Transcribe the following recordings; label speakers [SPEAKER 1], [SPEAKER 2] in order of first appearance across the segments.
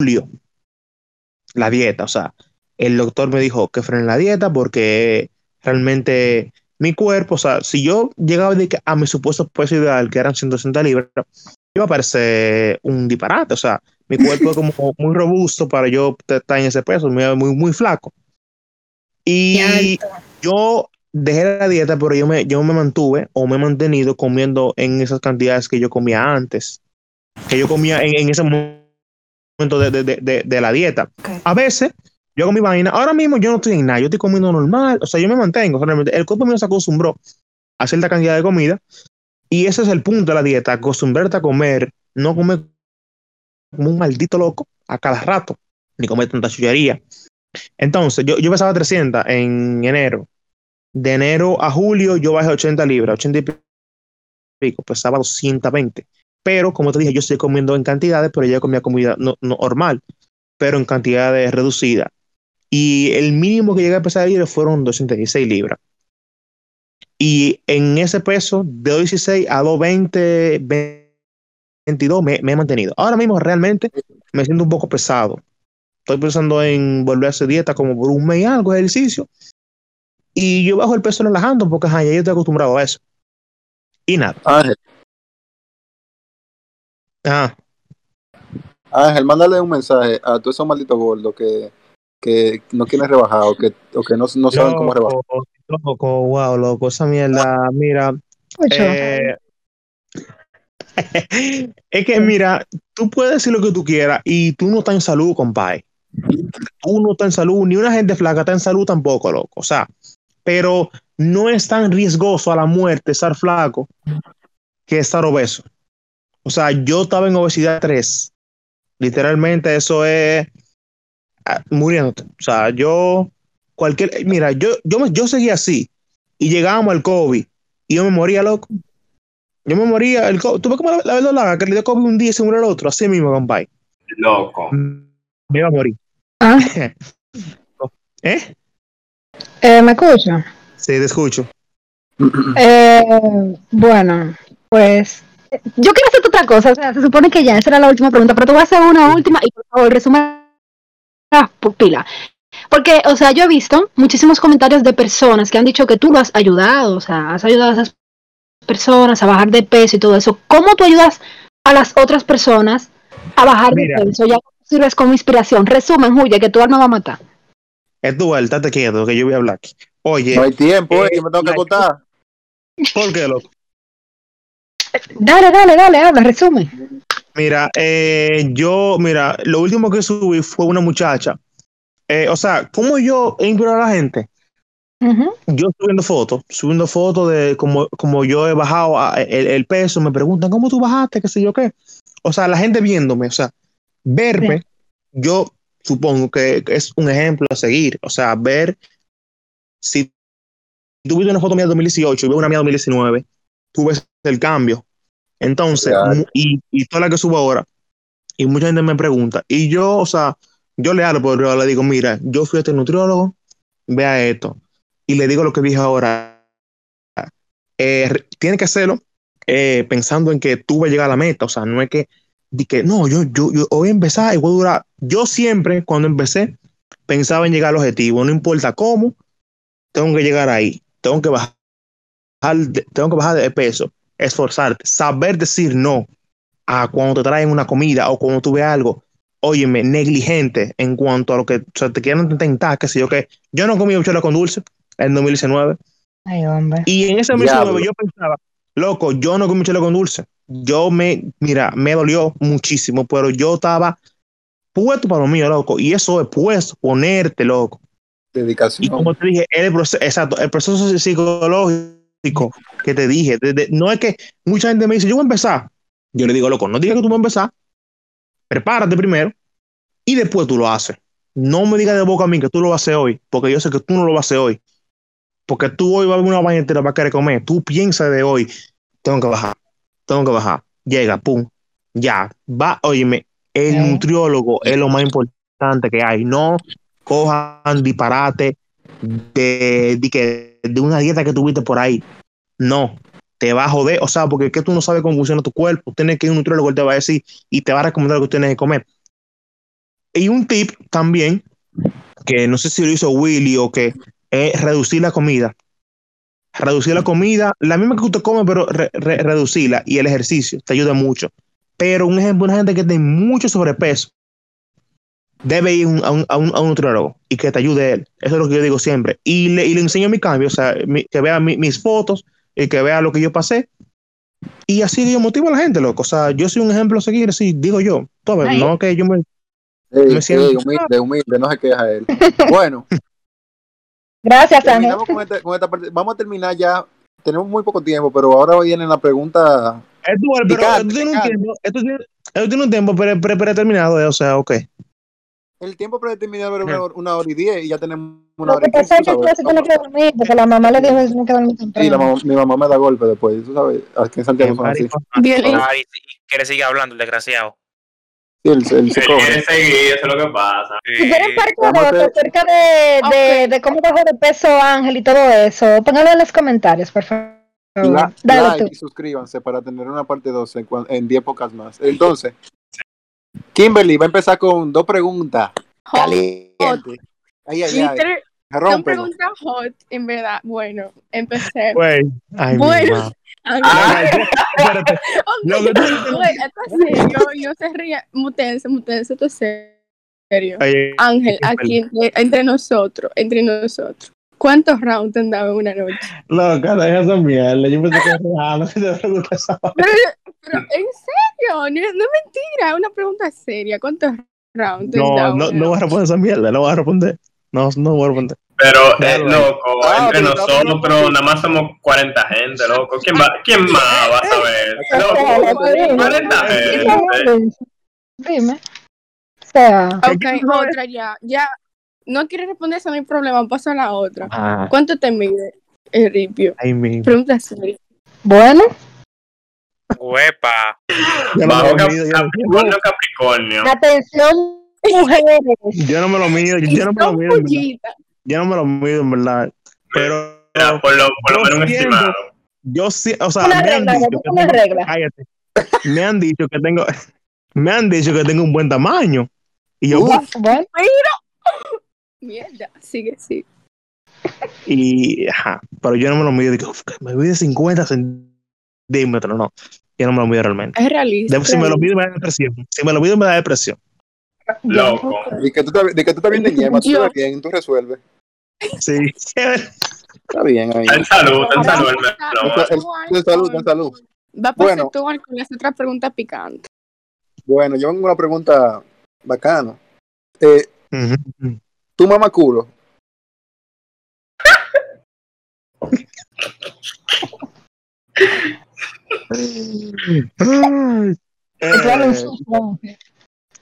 [SPEAKER 1] julio. La dieta, o sea, el doctor me dijo que frene la dieta porque realmente mi cuerpo, o sea, si yo llegaba a mi supuesto peso ideal, que eran 160 libras, iba a parecer un disparate, o sea, mi cuerpo es como muy robusto para yo estar en ese peso, muy, muy, muy flaco. Y yo dejé la dieta, pero yo me, yo me mantuve o me he mantenido comiendo en esas cantidades que yo comía antes, que yo comía en, en ese momento de, de, de, de la dieta. Okay. A veces yo hago mi vaina, ahora mismo yo no estoy en nada, yo estoy comiendo normal, o sea, yo me mantengo, realmente el cuerpo mío se acostumbró a cierta cantidad de comida y ese es el punto de la dieta, acostumbrarte a comer, no comer como un maldito loco a cada rato, ni comer tanta chullería. Entonces, yo, yo pesaba 300 en enero. De enero a julio yo bajé 80 libras, 80 y pico, pesaba 220. Pero, como te dije, yo estoy comiendo en cantidades, pero ya comía comida no, no, normal, pero en cantidades reducidas. Y el mínimo que llegué a pesar ayer fueron 286 libras. Y en ese peso, de 16 a 220, 20, 22 me, me, he mantenido. Ahora mismo realmente me siento un poco pesado. Estoy pensando en volver a hacer dieta como por un mes y algo de ejercicio. Y yo bajo el peso relajando porque ajá, ya yo estoy acostumbrado a eso. Y nada.
[SPEAKER 2] Ángel.
[SPEAKER 1] Ajá.
[SPEAKER 2] Ángel, mándale un mensaje a todos esos malditos gordos que, que no quieren rebajar o que, o que no, no saben
[SPEAKER 1] Loco,
[SPEAKER 2] cómo rebajar.
[SPEAKER 1] Loco, wow, loco, esa mierda. Mira. eh, es que mira, tú puedes decir lo que tú quieras y tú no estás en salud, compadre. Tú no estás en salud, ni una gente flaca está en salud tampoco, loco. O sea, pero no es tan riesgoso a la muerte estar flaco que estar obeso. O sea, yo estaba en obesidad 3. Literalmente eso es ah, muriéndote. O sea, yo, cualquier, mira, yo, yo, me- yo seguía así y llegábamos al COVID y yo me moría, loco. Yo me moría. El co- ¿Tú ves cómo la, la verdolaga que le dio COVID un día y se murió el otro? Así mismo, compay.
[SPEAKER 3] Loco.
[SPEAKER 1] Me iba a morir.
[SPEAKER 4] Ah,
[SPEAKER 1] ¿Eh?
[SPEAKER 4] eh, ¿Me escucha?
[SPEAKER 1] Sí, te escucho.
[SPEAKER 4] Eh, bueno, pues eh, yo quiero hacerte otra cosa. O sea, se supone que ya esa era la última pregunta, pero te voy a hacer una última y por favor, resuma la pupila. Porque, o sea, yo he visto muchísimos comentarios de personas que han dicho que tú lo has ayudado, o sea, has ayudado a esas personas a bajar de peso y todo eso. ¿Cómo tú ayudas a las otras personas a bajar
[SPEAKER 1] Mira.
[SPEAKER 4] de peso? Ya sirves como inspiración. Resumen, Julia, que tu alma va a matar.
[SPEAKER 1] Es tu estate quieto, que yo voy a hablar aquí. Oye,
[SPEAKER 2] No hay tiempo, eh, yo me tengo que acostar.
[SPEAKER 1] ¿por qué, loco?
[SPEAKER 4] Dale, dale, dale, habla, resumen.
[SPEAKER 1] Mira, eh, yo, mira, lo último que subí fue una muchacha. Eh, o sea, ¿cómo yo he inspirado a la gente?
[SPEAKER 4] Ujú.
[SPEAKER 1] yo subiendo fotos, subiendo fotos de como, como yo he bajado a- el, el peso, me preguntan, ¿cómo tú bajaste? ¿Qué sé yo qué? O sea, la gente viéndome, o sea, verme, yo supongo que es un ejemplo a seguir, o sea, ver si tú viste una foto mía de 2018 y veo una mía de 2019, tú ves el cambio. Entonces,
[SPEAKER 2] Claro.
[SPEAKER 1] mu- y, y toda la que subo ahora, y mucha gente me pregunta, y yo, o sea, yo le hablo por el lado, le digo, mira, yo fui a este nutriólogo, vea esto, y le digo lo que dije ahora. Eh, re- tiene que hacerlo eh, pensando en que tú vas a llegar a la meta, o sea, no es que, di que no, yo, yo, yo voy a empezar y voy a durar. Yo siempre, cuando empecé, pensaba en llegar al objetivo, no importa cómo, tengo que llegar ahí, tengo que bajar, de- tengo que bajar de peso, esforzarte, saber decir no a cuando te traen una comida o cuando tú ves algo, óyeme, negligente en cuanto a lo que o sea, te quieren intentar, que sé yo que yo no comí bichuela con dulce en 2019
[SPEAKER 4] Ay, hombre.
[SPEAKER 1] y en ese
[SPEAKER 2] Diablo.
[SPEAKER 1] 2019 yo pensaba, loco, yo no comí bichuela con dulce. Yo me, mira, me dolió muchísimo, pero yo estaba puesto para lo mío, loco, y eso es puesto, ponerte, loco. Y
[SPEAKER 2] Dedicación.
[SPEAKER 1] como te dije, el proceso, exacto, el proceso psicológico que te dije, de- de- no es que mucha gente me dice, yo voy a empezar. Yo le digo, loco, no digas que tú vas a empezar, prepárate primero y después tú lo haces. No me digas de boca a mí que tú lo vas a hacer hoy, porque yo sé que tú no lo vas a hacer hoy. Porque tú hoy vas a ver una vaina y te la vas a querer comer. Tú piensa de hoy, tengo que bajar, tengo que bajar. Llega, pum, ya, va, óyeme, el
[SPEAKER 4] Sí.
[SPEAKER 1] nutriólogo es lo más importante que hay. No cojan disparate de, de, que- de una dieta que tuviste por ahí. No, te va a joder. O sea, porque es que tú no sabes cómo funciona tu cuerpo. Tienes que ir a un nutriólogo, él te va a decir y te va a recomendar lo que tienes que comer. Y un tip también, que no sé si lo hizo Willy o que es reducir la comida. Reducir la comida, la misma que usted come, pero re- re- reducirla y el ejercicio te ayuda mucho. Pero un ejemplo, una gente que tiene mucho sobrepeso debe ir un- a, un, a, un, a un nutriólogo y que te ayude él. Eso es lo que yo digo siempre. Y le, y le enseño mi cambio, o sea, mi- que vea mi- mis fotos y que vea lo que yo pasé. Y así yo motivo a la gente, loco. O sea, yo soy un ejemplo a seguir, sí, digo yo. Tú, a ver,
[SPEAKER 4] Ay.
[SPEAKER 1] no que yo me...
[SPEAKER 2] Ey,
[SPEAKER 1] Me siento-
[SPEAKER 2] ey, humilde, humilde, no se queja él. Bueno,
[SPEAKER 4] Gracias, Ángel.
[SPEAKER 2] terminamos con, este- con esta parte. Vamos a terminar ya. Tenemos muy poco tiempo, pero ahora viene la pregunta.
[SPEAKER 1] Esto, pero
[SPEAKER 2] Picante,
[SPEAKER 1] esto tiene un
[SPEAKER 2] picante.
[SPEAKER 1] tiempo, esto tiene, esto tiene un tiempo pre- pre- predeterminado, eh, o sea, ok.
[SPEAKER 2] El tiempo predeterminado era una, hora- una hora y diez y ya tenemos una
[SPEAKER 4] Lo
[SPEAKER 2] hora
[SPEAKER 4] que
[SPEAKER 2] y quince.
[SPEAKER 4] pasa es que
[SPEAKER 2] tú
[SPEAKER 4] tú se
[SPEAKER 2] sabes.
[SPEAKER 4] tiene que dormir, porque la mamá le dijo que se tiene que dormir temprano.
[SPEAKER 2] Sí, la mamá- mi mamá me da golpe después, tú sabes. Aquí en Santiago son así.
[SPEAKER 4] Violín.
[SPEAKER 3] Ah, y, y quiere seguir hablando, el desgraciado.
[SPEAKER 2] Sí, él, él se
[SPEAKER 5] Él
[SPEAKER 2] coge.
[SPEAKER 5] quiere seguir, eso es lo que pasa.
[SPEAKER 4] Si quieren
[SPEAKER 3] Sí.
[SPEAKER 4] parte
[SPEAKER 2] Vamos a
[SPEAKER 4] de
[SPEAKER 2] hacer-
[SPEAKER 4] acerca de, de, de cómo bajó de peso Ángel y todo eso, pónganlo en los comentarios, por favor.
[SPEAKER 2] La-
[SPEAKER 4] Ah, Dale
[SPEAKER 2] like
[SPEAKER 4] tú.
[SPEAKER 2] y suscríbanse para tener una parte 2 en, cuan- en 10 pocas más. Entonces, Kimberly va a empezar con dos preguntas.
[SPEAKER 6] Hot.
[SPEAKER 2] Caliente. Ay, ay, ay.
[SPEAKER 6] Liter- Oh, son
[SPEAKER 2] Rompe.
[SPEAKER 6] preguntas hot, en verdad. Bueno, empecé.
[SPEAKER 1] Güey, ay, mi
[SPEAKER 6] Bueno.
[SPEAKER 1] mamá.
[SPEAKER 6] A ver,
[SPEAKER 1] ah, Espérate, lo que tú dices-
[SPEAKER 6] Güey, esto es serio, yo se ría. Mutense, mutense, esto es serio.
[SPEAKER 1] Ay,
[SPEAKER 6] Ángel,
[SPEAKER 1] qué
[SPEAKER 6] aquí entre, entre nosotros, entre nosotros. ¿Cuántos rounds te han dado en una noche?
[SPEAKER 1] Loca, deja esa mierda. Yo pensé que era raro, que te pregunté esa vaina.
[SPEAKER 6] Pero, pero, ¿en serio? No, no es mentira, es una pregunta seria. ¿Cuántos rounds te han
[SPEAKER 1] No,
[SPEAKER 6] dado?
[SPEAKER 1] no, no
[SPEAKER 6] en una
[SPEAKER 1] voy a responder esa mierda, no voy a responder. No, no voy a responder.
[SPEAKER 5] Pero, eh,
[SPEAKER 1] Claro.
[SPEAKER 5] loco,
[SPEAKER 2] Ah,
[SPEAKER 5] entre
[SPEAKER 2] pero estamos
[SPEAKER 5] nosotros,
[SPEAKER 2] hablando
[SPEAKER 5] pero nada más somos 40 gente, loco. ¿Quién, va, quién más va a saber? Loco, 40
[SPEAKER 4] Sí,
[SPEAKER 5] gente.
[SPEAKER 4] Dime. O sea,
[SPEAKER 6] Ok, otra ya. Ya. No quiere responder esa, no hay problema. Paso a la otra. ¿Cuánto te mide el ripio?
[SPEAKER 1] Ay, mi.
[SPEAKER 6] Pregunta seria.
[SPEAKER 4] bueno,
[SPEAKER 3] Huepa.
[SPEAKER 1] Yo no, me
[SPEAKER 5] Bajo
[SPEAKER 1] lo mido, yo, no-
[SPEAKER 5] Capricornio, Capricornio.
[SPEAKER 4] atención, mujeres.
[SPEAKER 1] yo no me lo mido, yo no me lo
[SPEAKER 6] Son
[SPEAKER 1] mido, en verdad.
[SPEAKER 6] pollitas.
[SPEAKER 1] Yo no me lo mido, en verdad. Pero
[SPEAKER 5] Mira, Por lo, por lo
[SPEAKER 1] Yo
[SPEAKER 5] menos un
[SPEAKER 1] siento-
[SPEAKER 5] estimado.
[SPEAKER 1] yo sí, o sea,
[SPEAKER 4] Una
[SPEAKER 1] Ah, me han
[SPEAKER 4] regla,
[SPEAKER 1] dicho
[SPEAKER 4] yo
[SPEAKER 1] que
[SPEAKER 4] una
[SPEAKER 1] tengo-
[SPEAKER 4] regla.
[SPEAKER 1] cállate. Me han dicho que tengo, me han dicho que tengo un buen tamaño. Y yo,
[SPEAKER 2] Uf.
[SPEAKER 4] Bueno,
[SPEAKER 6] Mierda, sigue, sí.
[SPEAKER 1] Y, ajá, pero yo no me lo mido. Digo, "Uf, me mide 50 centímetros. No, yo no me lo mido realmente.
[SPEAKER 6] Es realista.
[SPEAKER 1] De- si me lo mido, me da depresión. Si me lo mido, me da depresión.
[SPEAKER 5] Loco.
[SPEAKER 2] Y que tú, te- de que tú también te ñemas, tú
[SPEAKER 6] Yo.
[SPEAKER 2] estás bien, tú resuelves.
[SPEAKER 1] Sí.
[SPEAKER 2] Está bien ahí.
[SPEAKER 5] Ten salud, ten
[SPEAKER 6] Ahora
[SPEAKER 5] salud,
[SPEAKER 6] vamos a-
[SPEAKER 5] hermano.
[SPEAKER 2] Ten ten salud, ten salud.
[SPEAKER 6] Va a pasar
[SPEAKER 2] Bueno.
[SPEAKER 6] tú con las otras preguntas picantes.
[SPEAKER 2] Bueno, yo tengo una pregunta bacana. Eh,
[SPEAKER 1] Ujú.
[SPEAKER 2] ¿Tú mamá culo?
[SPEAKER 4] claro, un
[SPEAKER 1] Eh,
[SPEAKER 4] susto.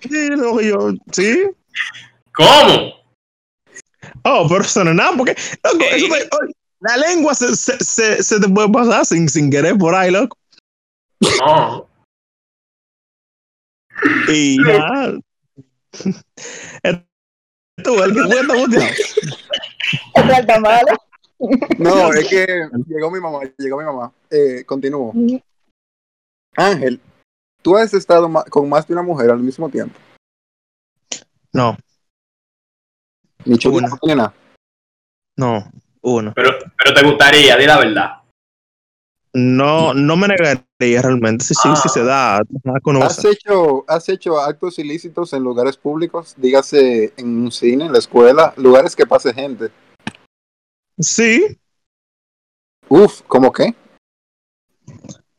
[SPEAKER 1] sí, no, yo, sí.
[SPEAKER 5] ¿Cómo?
[SPEAKER 1] Oh, pero eso no es nada, porque, loco, eso te- oye, la lengua se, se, se, se te puede pasar sin, sin querer por ahí, loco.
[SPEAKER 5] No.
[SPEAKER 1] Y ya. Esto, el que fue está muteado.
[SPEAKER 4] Es falta mala.
[SPEAKER 2] No, es que llegó mi mamá, llegó mi mamá. Eh, continúo. Ángel, ¿tú has estado ma- con más de una mujer al mismo tiempo?
[SPEAKER 1] No,
[SPEAKER 2] Ni chulo,
[SPEAKER 1] Una.
[SPEAKER 2] no tiene nada.
[SPEAKER 1] no, uno.
[SPEAKER 5] Pero, pero te gustaría, di la verdad.
[SPEAKER 1] No, no me negaría realmente. Si, sí,
[SPEAKER 5] Ah.
[SPEAKER 1] si se da, tú la
[SPEAKER 2] ¿Has
[SPEAKER 1] conoces.
[SPEAKER 2] hecho, ¿Has hecho actos ilícitos en lugares públicos? Dígase en un cine, en la escuela, lugares que pase gente.
[SPEAKER 1] Sí.
[SPEAKER 2] Uf, ¿cómo qué?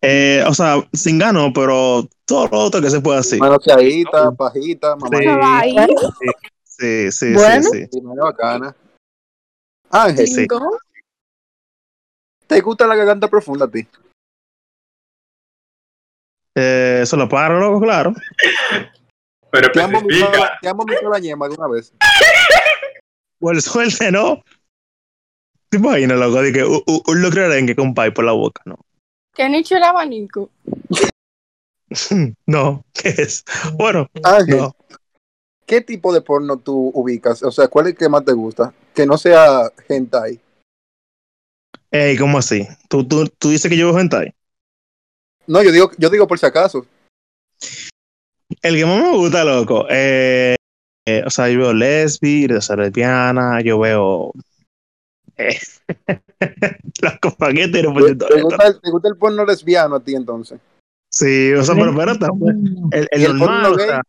[SPEAKER 1] eh, o sea, sin gano, pero todo lo otro que se puede hacer.
[SPEAKER 2] Manoseadita, pajita, mamá.
[SPEAKER 1] Sí.
[SPEAKER 6] Ay,
[SPEAKER 1] Sí, sí,
[SPEAKER 4] Bueno.
[SPEAKER 1] sí, sí.
[SPEAKER 2] y manera bacana. Ángel,
[SPEAKER 1] Sí.
[SPEAKER 6] cinco.
[SPEAKER 2] ¿te gusta la garganta profunda a ti?
[SPEAKER 1] Eh, eso lo paro, loco, claro.
[SPEAKER 5] Pero
[SPEAKER 2] ¿Te han vomitado,
[SPEAKER 5] especifica.
[SPEAKER 2] te han vomitado la ñema alguna vez?
[SPEAKER 1] Por suerte, no. Te imaginas, loco, de que u- u- un lucro arenque con pay por la boca, no.
[SPEAKER 6] ¿Te han hecho el abanico?
[SPEAKER 1] No, ¿qué es? Bueno,
[SPEAKER 2] Ángel,
[SPEAKER 1] no.
[SPEAKER 2] ¿qué tipo de porno tú ubicas? O sea, ¿cuál es el que más te gusta? Que no sea hentai.
[SPEAKER 1] Ey, ¿cómo así? ¿Tú, tú, tú dices que yo veo hentai?
[SPEAKER 2] No, yo digo, yo digo por si acaso.
[SPEAKER 1] El que más me gusta, loco, eh, eh, o sea, yo veo lesbi, o sea, lesbiana, yo veo. eh, las compañeras y no
[SPEAKER 2] ¿Te, te gusta el, te gusta el porno lesbiano a ti entonces?
[SPEAKER 1] Sí, o sea, pero espérate. El, el
[SPEAKER 2] ¿Y el
[SPEAKER 1] normal,
[SPEAKER 2] porno
[SPEAKER 1] o
[SPEAKER 2] gay?
[SPEAKER 1] sea.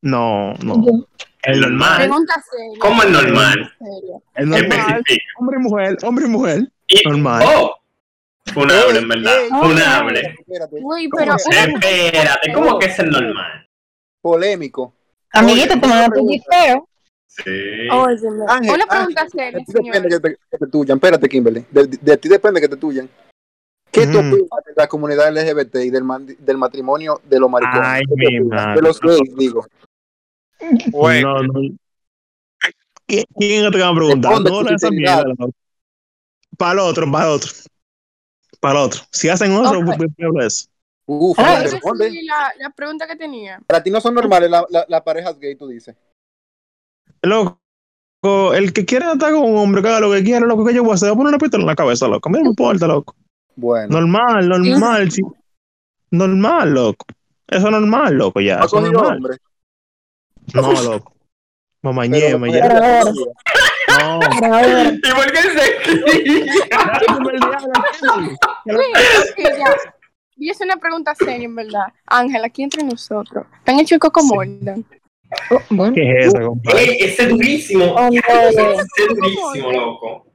[SPEAKER 1] No, no.
[SPEAKER 4] Yo-
[SPEAKER 5] El normal.
[SPEAKER 6] Pregunta seria.
[SPEAKER 5] Ah, ¿Cómo es normal?
[SPEAKER 6] Seria.
[SPEAKER 1] El normal.
[SPEAKER 5] Específico.
[SPEAKER 1] Hombre y mujer, hombre y mujer.
[SPEAKER 5] Y-
[SPEAKER 1] Normal.
[SPEAKER 5] Oh, funable, en verdad.
[SPEAKER 2] Ey, ey,
[SPEAKER 5] Funable.
[SPEAKER 2] espérate,
[SPEAKER 6] Uy,
[SPEAKER 2] ¿Cómo
[SPEAKER 6] pero
[SPEAKER 2] es?
[SPEAKER 6] una mujer-
[SPEAKER 5] Espérate, ¿cómo que es el normal?
[SPEAKER 2] Polémico.
[SPEAKER 4] Amiguito, como no te
[SPEAKER 2] pregunta.
[SPEAKER 4] feo.
[SPEAKER 5] Sí.
[SPEAKER 6] Óyeme.
[SPEAKER 2] Ángel,
[SPEAKER 6] Una pregunta
[SPEAKER 2] De
[SPEAKER 6] seria,
[SPEAKER 2] ti depende que
[SPEAKER 6] señor.
[SPEAKER 2] te, que te tuyan. Espérate, Kimberly. De, de ti depende que te tuyan. ¿Qué tú
[SPEAKER 1] Mm.
[SPEAKER 2] opinas de la comunidad LGBT y del, man- del matrimonio de los maricones?
[SPEAKER 1] Ay,
[SPEAKER 2] ¿Qué tú
[SPEAKER 1] mi
[SPEAKER 2] opinas?
[SPEAKER 1] madre.
[SPEAKER 2] De los gays, digo.
[SPEAKER 3] Güey,
[SPEAKER 1] No, no. ¿Qui- ¿Quién te van a preguntar?
[SPEAKER 2] Responde
[SPEAKER 1] No,
[SPEAKER 2] con
[SPEAKER 1] no, esa
[SPEAKER 2] sinceridad.
[SPEAKER 1] mierda. Para el otro, para el otro. Para el otro. Si hacen otro,
[SPEAKER 6] Ok.
[SPEAKER 1] pues pues, hablo de eso.
[SPEAKER 2] Uf,
[SPEAKER 4] Ah,
[SPEAKER 2] te
[SPEAKER 6] Esa
[SPEAKER 2] responde.
[SPEAKER 6] es la, la pregunta que tenía.
[SPEAKER 2] Para ti no son normales la- la- las parejas gay, tú dices.
[SPEAKER 1] Loco, el que quiera estar con un hombre, que haga lo que quiera, loco, que yo voy a hacer, voy a poner una pistola en la cabeza, loco. A mí no me importa, loco.
[SPEAKER 2] Bueno.
[SPEAKER 1] Normal, normal, sí. Normal, loco. Eso es normal, loco, ya.
[SPEAKER 2] No,
[SPEAKER 1] Eso
[SPEAKER 2] ha
[SPEAKER 1] es
[SPEAKER 2] cogido
[SPEAKER 1] normal.
[SPEAKER 2] hombre.
[SPEAKER 1] No, loco. Mamá ñema,
[SPEAKER 2] Pero,
[SPEAKER 1] ya.
[SPEAKER 4] ya.
[SPEAKER 1] No.
[SPEAKER 5] ¿Y por qué se
[SPEAKER 6] Sí, ok, ya. Y es una pregunta seria, en verdad. Ángel, aquí entre nosotros. ¿Están hechos coco Mordan?
[SPEAKER 4] Oh, Bueno.
[SPEAKER 1] ¿Qué es eso, compadre?
[SPEAKER 5] Ey, ese Eh, es durísimo.
[SPEAKER 4] Oh, no.
[SPEAKER 5] Ese es durísimo, loco.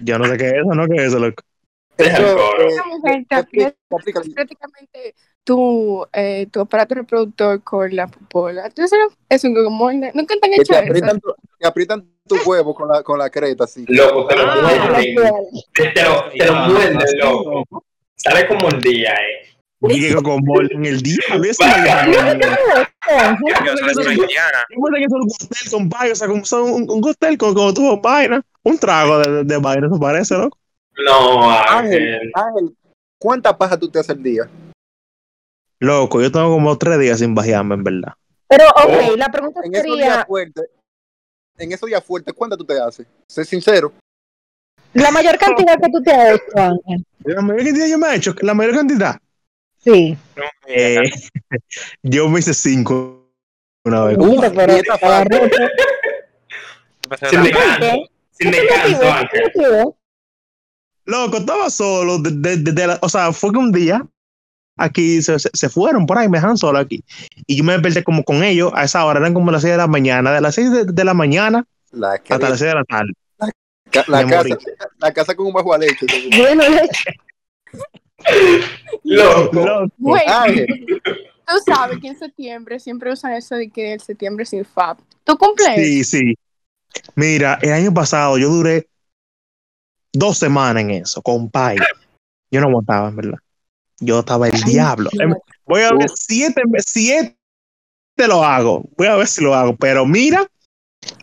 [SPEAKER 1] Yo no sé qué es eso, no, qué es eso, loco.
[SPEAKER 5] Deja el
[SPEAKER 2] eh,
[SPEAKER 5] coro.
[SPEAKER 6] Esa mujer te aprieta pues, prácticamente tu, eh, tu aparato reproductor con la popola. Entonces es un coco Mordan. Nunca te han
[SPEAKER 2] Que
[SPEAKER 6] hecho
[SPEAKER 2] te
[SPEAKER 6] eso.
[SPEAKER 2] aprietan, tu- te aprietan tu huevo con la, con la creta, así.
[SPEAKER 5] Loco, te lo
[SPEAKER 1] Ah,
[SPEAKER 5] muerden. Te, te lo, te lo muerden, loco. Sale como el día, eh.
[SPEAKER 1] Diego con bol en el día, Luis. Yo pensé
[SPEAKER 3] Dios,
[SPEAKER 1] que
[SPEAKER 3] es
[SPEAKER 1] eso
[SPEAKER 3] una
[SPEAKER 1] era-
[SPEAKER 3] indiana.
[SPEAKER 1] yo pensé que eso era un costel, compadre. O sea, como son un, un costel con, con tu vaina. Un trago de, de vaina, eso parece, loco.
[SPEAKER 5] No, Ángel.
[SPEAKER 2] Ángel, Ángel, ¿cuánta paja tú te haces al día?
[SPEAKER 1] Loco, yo tengo como tres días sin bajearme, en verdad.
[SPEAKER 4] Pero,
[SPEAKER 5] Oh,
[SPEAKER 4] ok, la pregunta
[SPEAKER 2] En esos días
[SPEAKER 4] sería,
[SPEAKER 2] fuertes, en esos días fuertes, ¿cuánta tú te haces? Sé sincero.
[SPEAKER 4] la mayor cantidad que tú te has hecho, Ángel.
[SPEAKER 1] La mayor cantidad yo me he hecho, la mayor cantidad.
[SPEAKER 4] Sí.
[SPEAKER 3] No,
[SPEAKER 1] Eh,
[SPEAKER 3] mierda.
[SPEAKER 1] yo me hice cinco una vez.
[SPEAKER 2] Uf,
[SPEAKER 4] pero
[SPEAKER 2] dieta
[SPEAKER 4] te agarró,
[SPEAKER 3] Empecé
[SPEAKER 5] Sin
[SPEAKER 3] también.
[SPEAKER 5] descanso. Sin descanso, Ángel.
[SPEAKER 4] ¿eh?
[SPEAKER 1] Loco, estaba solo. de- de- de- de la- o sea, fue que un día aquí se, se- se fueron por ahí, me dejaron solo aquí. Y yo me desperté como con ellos a esa hora, eran como las 6 de la mañana, de las 6 de, de la mañana
[SPEAKER 2] La,
[SPEAKER 1] hasta
[SPEAKER 2] creta,
[SPEAKER 1] las 6 de la tarde.
[SPEAKER 2] ca- la
[SPEAKER 1] me
[SPEAKER 2] casa, la casa con un bajo a leche. seguro.
[SPEAKER 4] Bueno, leche.
[SPEAKER 5] Loco.
[SPEAKER 6] Güey,
[SPEAKER 2] Ángel,
[SPEAKER 6] tú sabes que en septiembre siempre usan eso de que el septiembre sin FAP. ¿Tú cumples?
[SPEAKER 1] Sí, sí. Mira, el año pasado yo duré dos semanas en eso, con Pai. Yo no aguantaba, en verdad. Yo estaba el diablo. Em, Voy a ver,
[SPEAKER 2] Uf.
[SPEAKER 1] siete, siete lo hago. Voy a ver si lo hago. Pero mira,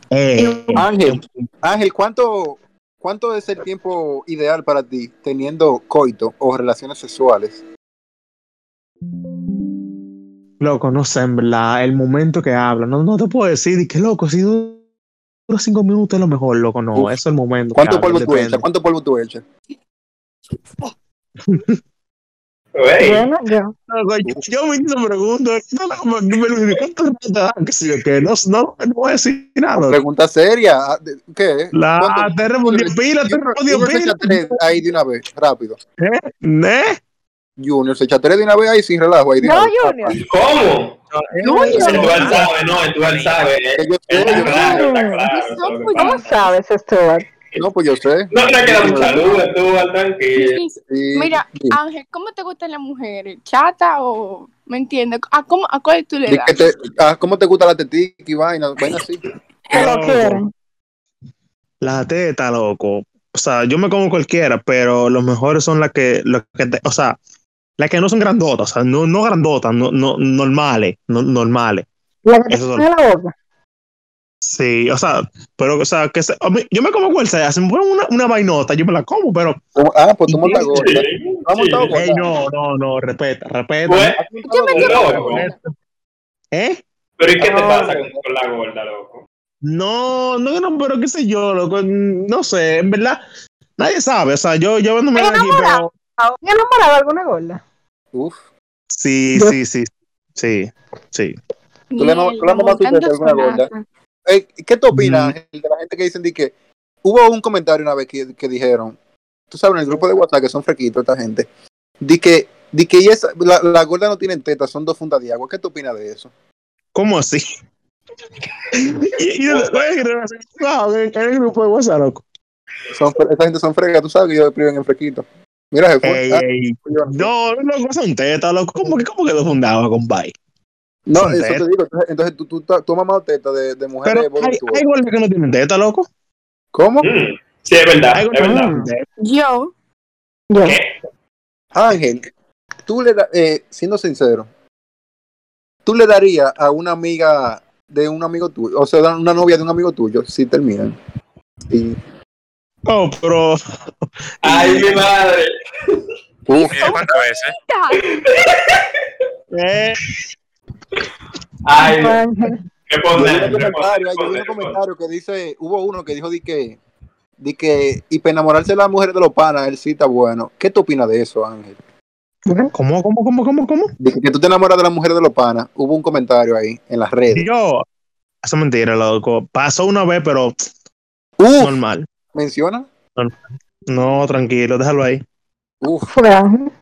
[SPEAKER 1] eh,
[SPEAKER 2] Ángel, Ángel, ¿cuánto, ¿cuánto es el tiempo ideal para ti teniendo coito o relaciones sexuales?
[SPEAKER 1] Loco, no sé, en verdad, el momento que habla, no, no te puedo decir, di que loco, si du- dura cinco minutos es lo mejor, loco, no, eso
[SPEAKER 2] Uf.
[SPEAKER 1] es el momento. que
[SPEAKER 2] ¿Cuánto
[SPEAKER 1] habla,
[SPEAKER 2] polvo tú
[SPEAKER 1] depende.
[SPEAKER 2] echas? ¿Cuánto polvo tú echas?
[SPEAKER 5] Wey.
[SPEAKER 4] Bueno, yo.
[SPEAKER 1] Loco, yo, yo me hice pregunto, no, no, como que me lo dije, ¿cuánto rato te dan? Que si yo que no, no, no voy a decir nada.
[SPEAKER 2] Pregunta seria. ah, de- ¿Qué?
[SPEAKER 1] La,
[SPEAKER 2] ¿Cuánto?
[SPEAKER 1] te respondí pila, te
[SPEAKER 2] Junior,
[SPEAKER 1] respondí
[SPEAKER 2] Junior se
[SPEAKER 1] pila.
[SPEAKER 2] echa tres ahí de una vez, rápido.
[SPEAKER 1] ¿Eh?
[SPEAKER 2] Junior se echa tres de una vez ahí sin relajo. Ahí de
[SPEAKER 4] No,
[SPEAKER 2] una vez.
[SPEAKER 4] Junior.
[SPEAKER 5] ¿Cómo?
[SPEAKER 4] No,
[SPEAKER 5] El dual
[SPEAKER 4] Junior.
[SPEAKER 5] sabe, no, el dual sabe. eh.
[SPEAKER 2] Que yo sé,
[SPEAKER 5] Está
[SPEAKER 2] yo-
[SPEAKER 5] claro, está claro,
[SPEAKER 6] Eso
[SPEAKER 5] todo lo
[SPEAKER 6] fue-
[SPEAKER 5] que
[SPEAKER 4] ¿Cómo
[SPEAKER 5] pasa.
[SPEAKER 4] sabes, Stuart?
[SPEAKER 2] No, pues yo sé.
[SPEAKER 5] No, no queda mucha luz, tú, al tranquilo.
[SPEAKER 6] Sí, sí.
[SPEAKER 2] Sí,
[SPEAKER 6] Mira,
[SPEAKER 2] sí.
[SPEAKER 6] Ángel, ¿cómo te gustan las mujeres? ¿Chata o.? ¿Me entiendes? ¿A, cómo, a cuál tú le
[SPEAKER 2] Di
[SPEAKER 6] das?
[SPEAKER 2] que te- ah, ¿Cómo te gusta la tetica y vaina? Vaina así.
[SPEAKER 4] Que lo
[SPEAKER 1] Loco.
[SPEAKER 4] quieren.
[SPEAKER 1] La teta, loco. O sea, yo me como cualquiera, pero los mejores son las que, los que te- o sea, las que no son grandotas, o sea, no, no grandotas, no, no, normales, no, normales.
[SPEAKER 4] La que te
[SPEAKER 1] Eso
[SPEAKER 4] pone la boca.
[SPEAKER 1] Sí, o sea, pero, o sea, que se- a mí- yo me como cual sea, si me ponen una, una vainota, yo me la como, pero,
[SPEAKER 2] Ah, pues tú montas
[SPEAKER 5] Sí,
[SPEAKER 2] gorda. Tú has montado
[SPEAKER 5] sí.
[SPEAKER 2] gorda.
[SPEAKER 1] ey, no, no, no, respeta, respeta.
[SPEAKER 5] Pues,
[SPEAKER 2] Has montado
[SPEAKER 6] Yo me
[SPEAKER 2] Ah, gorda.
[SPEAKER 6] entiendo.
[SPEAKER 5] loco.
[SPEAKER 1] ¿Eh?
[SPEAKER 5] Pero ¿y qué te
[SPEAKER 2] No,
[SPEAKER 5] pasa
[SPEAKER 2] no.
[SPEAKER 5] con, con la gorda, loco?
[SPEAKER 1] No, no, no, pero qué sé yo, loco, no sé, en verdad, nadie sabe, o sea, yo, yo no me
[SPEAKER 4] Pero
[SPEAKER 1] aquí,
[SPEAKER 4] enamorado.
[SPEAKER 1] pero,
[SPEAKER 4] ¿Me he enamorado de alguna gorda?
[SPEAKER 2] Uf.
[SPEAKER 1] sí,
[SPEAKER 4] Yo-
[SPEAKER 1] sí, sí, sí, sí.
[SPEAKER 2] Tú le, mam- tú le mamaste un tete a alguna gorda. Ey, ¿Qué te opinas,
[SPEAKER 1] Mm.
[SPEAKER 2] Ángel, de la gente que dicen de que hubo un comentario una vez que, que dijeron, tú sabes, en el grupo de WhatsApp que son frequitos esta gente, de que, de que y esa- la, la gorda no tiene tetas, son dos fundas de agua. ¿Qué te opinas de eso?
[SPEAKER 1] ¿Cómo así? y, y después que te hacen, wow, en en el grupo de WhatsApp, loco.
[SPEAKER 2] Son, fre- esa gente son fregas, tú sabes que ellos escriben en frequito. Mira, jefe.
[SPEAKER 1] Ey,
[SPEAKER 2] ah,
[SPEAKER 1] ey.
[SPEAKER 2] yo-
[SPEAKER 1] No, loco, son tetas, loco. ¿Cómo que, cómo que lo fundaba, compadre?
[SPEAKER 2] no,
[SPEAKER 1] son
[SPEAKER 2] eso
[SPEAKER 1] tetas.
[SPEAKER 2] te digo. Entonces, entonces tú, tú, tú has mamado tetas de, de mujeres
[SPEAKER 1] Pero hay,
[SPEAKER 2] voluptuosas.
[SPEAKER 1] hay gordas que no tienen tetas, loco.
[SPEAKER 2] ¿Cómo?
[SPEAKER 5] Mm, Sí, es verdad,
[SPEAKER 1] Hay
[SPEAKER 5] es
[SPEAKER 1] gordas que no tienen
[SPEAKER 5] verdad.
[SPEAKER 1] tetas.
[SPEAKER 6] Yo,
[SPEAKER 4] Yo.
[SPEAKER 5] ¿Qué?
[SPEAKER 2] Ángel, tú le da- eh, siendo sincero, tú le darías a una amiga de un amigo tuyo, o sea, da- una novia de un amigo tuyo, si terminan. Sí.
[SPEAKER 1] No, Oh, pero
[SPEAKER 5] Ay, mi madre.
[SPEAKER 3] Mire, ¿Cuántas veces?
[SPEAKER 6] ya,
[SPEAKER 1] eh,
[SPEAKER 5] Ay,
[SPEAKER 4] Ángel.
[SPEAKER 2] Yo vi
[SPEAKER 5] responde.
[SPEAKER 2] un comentario, yo vi
[SPEAKER 5] responde,
[SPEAKER 2] un
[SPEAKER 5] responde.
[SPEAKER 2] comentario que dice, hubo uno que dijo de que, de que, y para enamorarse de las mujeres de los panas, él sí está bueno. ¿Qué tú opinas de eso, Ángel?
[SPEAKER 1] ¿cómo, cómo, cómo, cómo, cómo?
[SPEAKER 2] De que, que tú te enamoras de las mujeres de los panas, hubo un comentario ahí en las redes.
[SPEAKER 1] Yo, eso es mentira, loco. Pasó una vez, pero
[SPEAKER 2] Uf,
[SPEAKER 1] normal.
[SPEAKER 2] menciona.
[SPEAKER 1] No, tranquilo, déjalo ahí.
[SPEAKER 2] Uf,
[SPEAKER 4] Fue Ángel.